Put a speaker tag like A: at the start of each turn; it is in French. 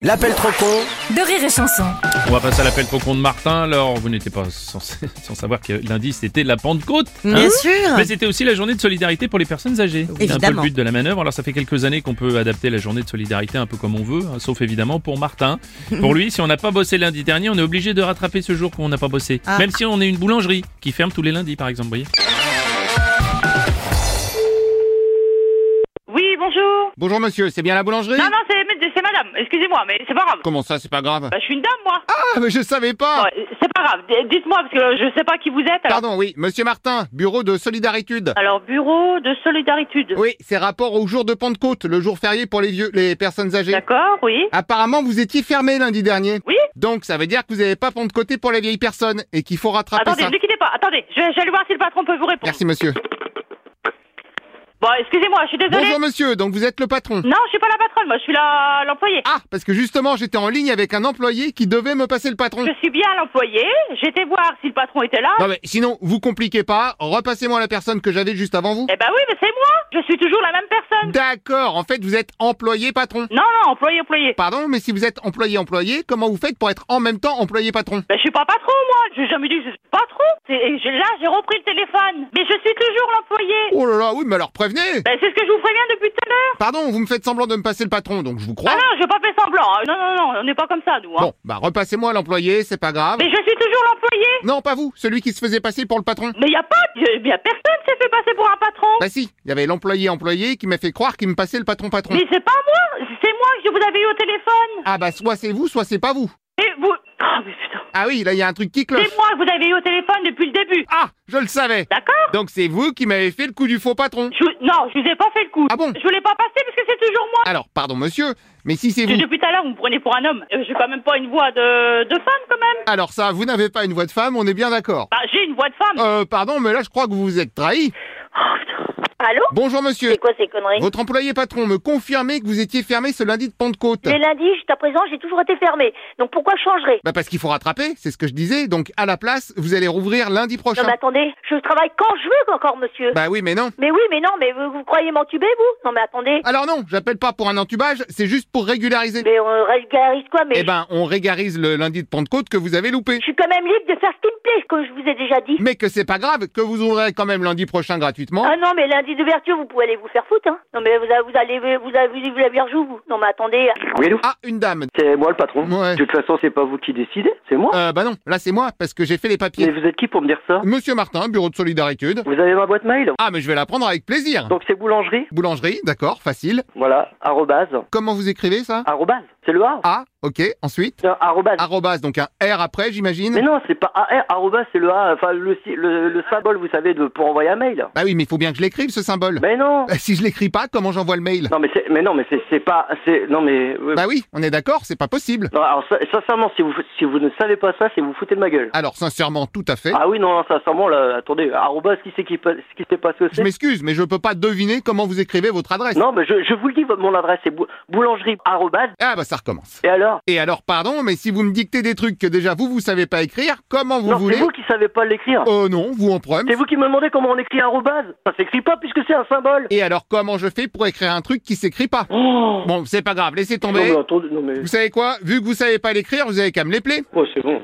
A: L'appel trop con
B: de rire et chanson.
C: On va passer à l'appel trop con de Martin. Alors, vous n'étiez pas censé- sans savoir que lundi, c'était la Pentecôte.
D: Bien
C: hein
D: sûr.
C: Mais c'était aussi la journée de solidarité pour les personnes âgées. C'est un peu le
D: Évidemment.
C: but de la manœuvre. Alors, ça fait quelques années qu'on peut adapter la journée de solidarité un peu comme on veut, hein, sauf évidemment pour Martin. Pour lui, si on n'a pas bossé lundi dernier, on est obligé de rattraper ce jour qu'on n'a pas bossé.
D: Ah.
C: Même si on est une boulangerie qui ferme tous les lundis, par exemple, vous voyez.
E: Oui, bonjour.
F: Bonjour monsieur, c'est bien la boulangerie
E: Non, non, c'est c'est madame. Excusez-moi, mais c'est pas grave.
F: Comment ça, c'est pas grave
E: Bah, je suis une dame, moi.
F: Ah, mais je savais pas
E: Ouais, c'est pas grave. D- Dites-moi, parce que je sais pas qui vous êtes. Alors,
F: Pardon, oui, monsieur Martin, bureau de Solidaritude.
E: alors bureau de solidarité.
F: Oui, c'est rapport au jour de Pentecôte, le jour férié pour les vieux, les personnes âgées.
E: D'accord, oui.
F: Apparemment, vous étiez fermé lundi dernier.
E: Oui.
F: Donc, ça veut dire que vous n'avez pas Pentecôté pour les vieilles personnes et qu'il faut rattraper
E: Attendez,
F: Ah, ça.
E: ne quittez pas. Attendez, je vais, je vais aller voir si le patron peut vous répondre.
F: Merci monsieur.
E: Bon, excusez-moi, je suis désolée.
F: Bonjour monsieur, donc vous êtes le patron.
E: Non, je suis pas la patronne, moi, je suis la- l'employée.
F: Ah, parce que justement, j'étais en ligne avec un employé qui devait me passer le patron.
E: Je suis bien l'employée. J'étais voir si le patron était là.
F: Non mais sinon, vous compliquez pas, repassez-moi la personne que j'avais juste avant vous.
E: Eh ben oui, mais c'est moi. Je suis toujours la même personne.
F: D'accord, en fait, vous êtes employé patron.
E: Non, non, employée, employée.
F: Pardon, mais si vous êtes employé-employé, comment vous faites pour être en même temps employé-patron
E: Ben, je suis pas patron, moi. J'ai jamais dit que je suis patron. C'est- et j'ai- Là, j'ai repris le téléphone. Mais je suis toujours l'employée.
F: Oh là là, oui, mais alors prévenez
E: Ben, c'est ce que je vous préviens depuis tout à l'heure.
F: Pardon, vous me faites semblant de me passer le patron, donc je vous
E: Ah
F: crois.
E: non, je vais pas faire semblant. hein. Non, non, non, on n'est pas comme ça, nous. Hein.
F: Bon, bah repassez-moi l'employé, c'est pas grave.
E: Mais je suis toujours l'employé.
F: Non, pas vous, celui qui se faisait passer pour le patron.
E: Mais y a pas, de- y a personne s'est fait passer pour un patron.
F: Bah si, il y avait l'employé-employé qui m'a fait croire qu'il me passait le patron-patron.
E: Mais c'est pas moi, c'est moi que je vous avais eu au téléphone.
F: Ah bah soit c'est vous, soit c'est pas vous.
E: Et vous, oh mais putain,
F: Ah oui, là il y a un truc qui cloche.
E: c'est moi que vous avez eu au téléphone depuis le début.
F: Ah, je le savais.
E: D'accord
F: Donc c'est vous qui m'avez fait le coup du faux patron.
E: Je vous- Non, je vous ai pas fait le coup.
F: Ah bon Ah
E: Je voulais pas passer parce que c'est toujours moi.
F: Alors, pardon monsieur, mais si c'est
E: De-
F: vous...
E: Depuis tout à l'heure, vous me prenez pour un homme. Euh, J'ai quand même pas une voix de, de femme, quand même.
F: Alors ça, vous n'avez pas une voix de femme, on est bien d'accord.
E: Bah, j'ai une voix de femme.
F: Euh, pardon, mais là je crois que vous vous êtes trahi.
G: Allô
F: Bonjour monsieur.
G: C'est quoi ces conneries
F: Votre employé patron me confirmait que vous étiez fermé ce lundi de Pentecôte.
G: Le lundi, jusqu'à présent, j'ai toujours été fermé. Donc pourquoi je changerais
F: Bah parce qu'il faut rattraper, c'est ce que je disais. Donc à la place, vous allez rouvrir lundi
G: Non
F: prochain.
G: mais attendez, je travaille quand je veux encore, monsieur.
F: Bah oui, mais non.
G: Mais oui, mais non, mais vous, vous croyez m'entuber, vous Non mais attendez.
F: Alors non, j'appelle pas pour un entubage, c'est juste pour régulariser.
G: Mais on régalise quoi Mais
F: Eh ben, on régarise le lundi de Pentecôte que vous avez loupé.
G: je suis quand même libre de faire ce qui me plaît, comme je vous ai déjà dit.
F: Mais que c'est pas grave, que vous ouvrez quand même lundi prochain gratuitement.
G: Ah non, mais lundi d'ouverture, vous pouvez aller vous faire foutre, hein. Non mais vous, a- vous allez vous allez vous, vous allez vous, vous. Non mais attendez.
H: Oui, allô
F: Ah, une dame.
H: C'est moi le patron.
F: Ouais.
H: De toute façon, c'est pas vous qui décidez, c'est moi.
F: Euh, bah non, là c'est moi, parce que j'ai fait les
H: Mais
F: papiers.
H: vous êtes qui pour me dire ça
F: Monsieur Martin, bureau de solidarité.
H: Vous avez ma boîte mail
F: Ah, mais je vais la prendre avec plaisir.
H: Donc c'est boulangerie
F: Boulangerie, d'accord, facile.
H: Voilà, arrobase.
F: Comment vous écrivez ça
H: Arrobase, c'est le A
F: Ah, ok, ensuite.
H: Non, Arrobase.
F: Arrobas, donc un R après, j'imagine.
H: Mais non, c'est pas AR, arrobase, c'est le A, enfin le, si- le, le symbole, vous savez, de, pour envoyer un mail.
F: Bah oui, mais il faut bien que je l'écrive ce symbole.
H: Mais non Euh.
F: Bah, Si je l'écris pas, comment j'envoie le mail
H: Non, mais c'est, mais non, mais c'est, c'est pas, c'est, non, mais. euh,
F: Bah oui, on est d'accord, c'est pas possible.
H: non, alors, ça- sincèrement, si vous, si vous ne savez pas ça, c'est vous foutez de ma gueule.
F: Alors sincèrement, tout à fait.
H: Ah oui, non, non, sincèrement, là, attendez, arrobase, qui c'est qui, pa- qui sait pas ce que
F: Je
H: c'est
F: m'excuse, mais je peux pas deviner comment vous écrivez votre adresse.
H: Non, mais je, je vous le dis, mon adresse, c'est bou- boulangerie, arrobase,
F: Ah bah ça recommence.
H: et alors
F: Et alors pardon, mais si vous me dictez des trucs que déjà vous vous savez pas écrire, comment vous
H: non,
F: voulez
H: c'est vous qui savez pas l'écrire.
F: Oh non, vous en prenez.
H: C'est vous qui me demandez comment on écrit arrobase. Ça s'écrit pas puisque c'est un symbole.
F: Et alors comment je fais pour écrire un truc qui s'écrit pas
H: Oh
F: Bon, c'est pas grave, laissez
H: non, bah,
F: tomber.
H: mais attendez, non mais...
F: Vous savez quoi Vu que vous savez pas l'écrire, vous avez qu'à me les plaît.
H: Oh, c'est bon.